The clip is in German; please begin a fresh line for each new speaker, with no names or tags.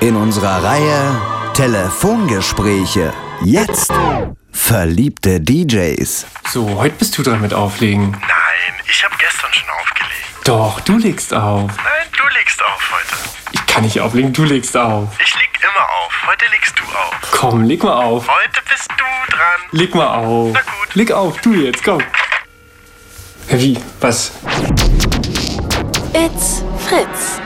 In unserer Reihe Telefongespräche. Jetzt verliebte DJs.
So, heute bist du dran mit Auflegen.
Nein, ich habe gestern schon aufgelegt.
Doch, du legst auf.
Nein, du legst auf heute.
Ich kann nicht auflegen, du legst auf.
Ich leg immer auf. Heute legst du auf.
Komm, leg mal auf.
Heute bist du dran.
Leg mal auf.
Na gut.
Leg auf, du jetzt, komm. Hä, Wie? Was?
It's Fritz.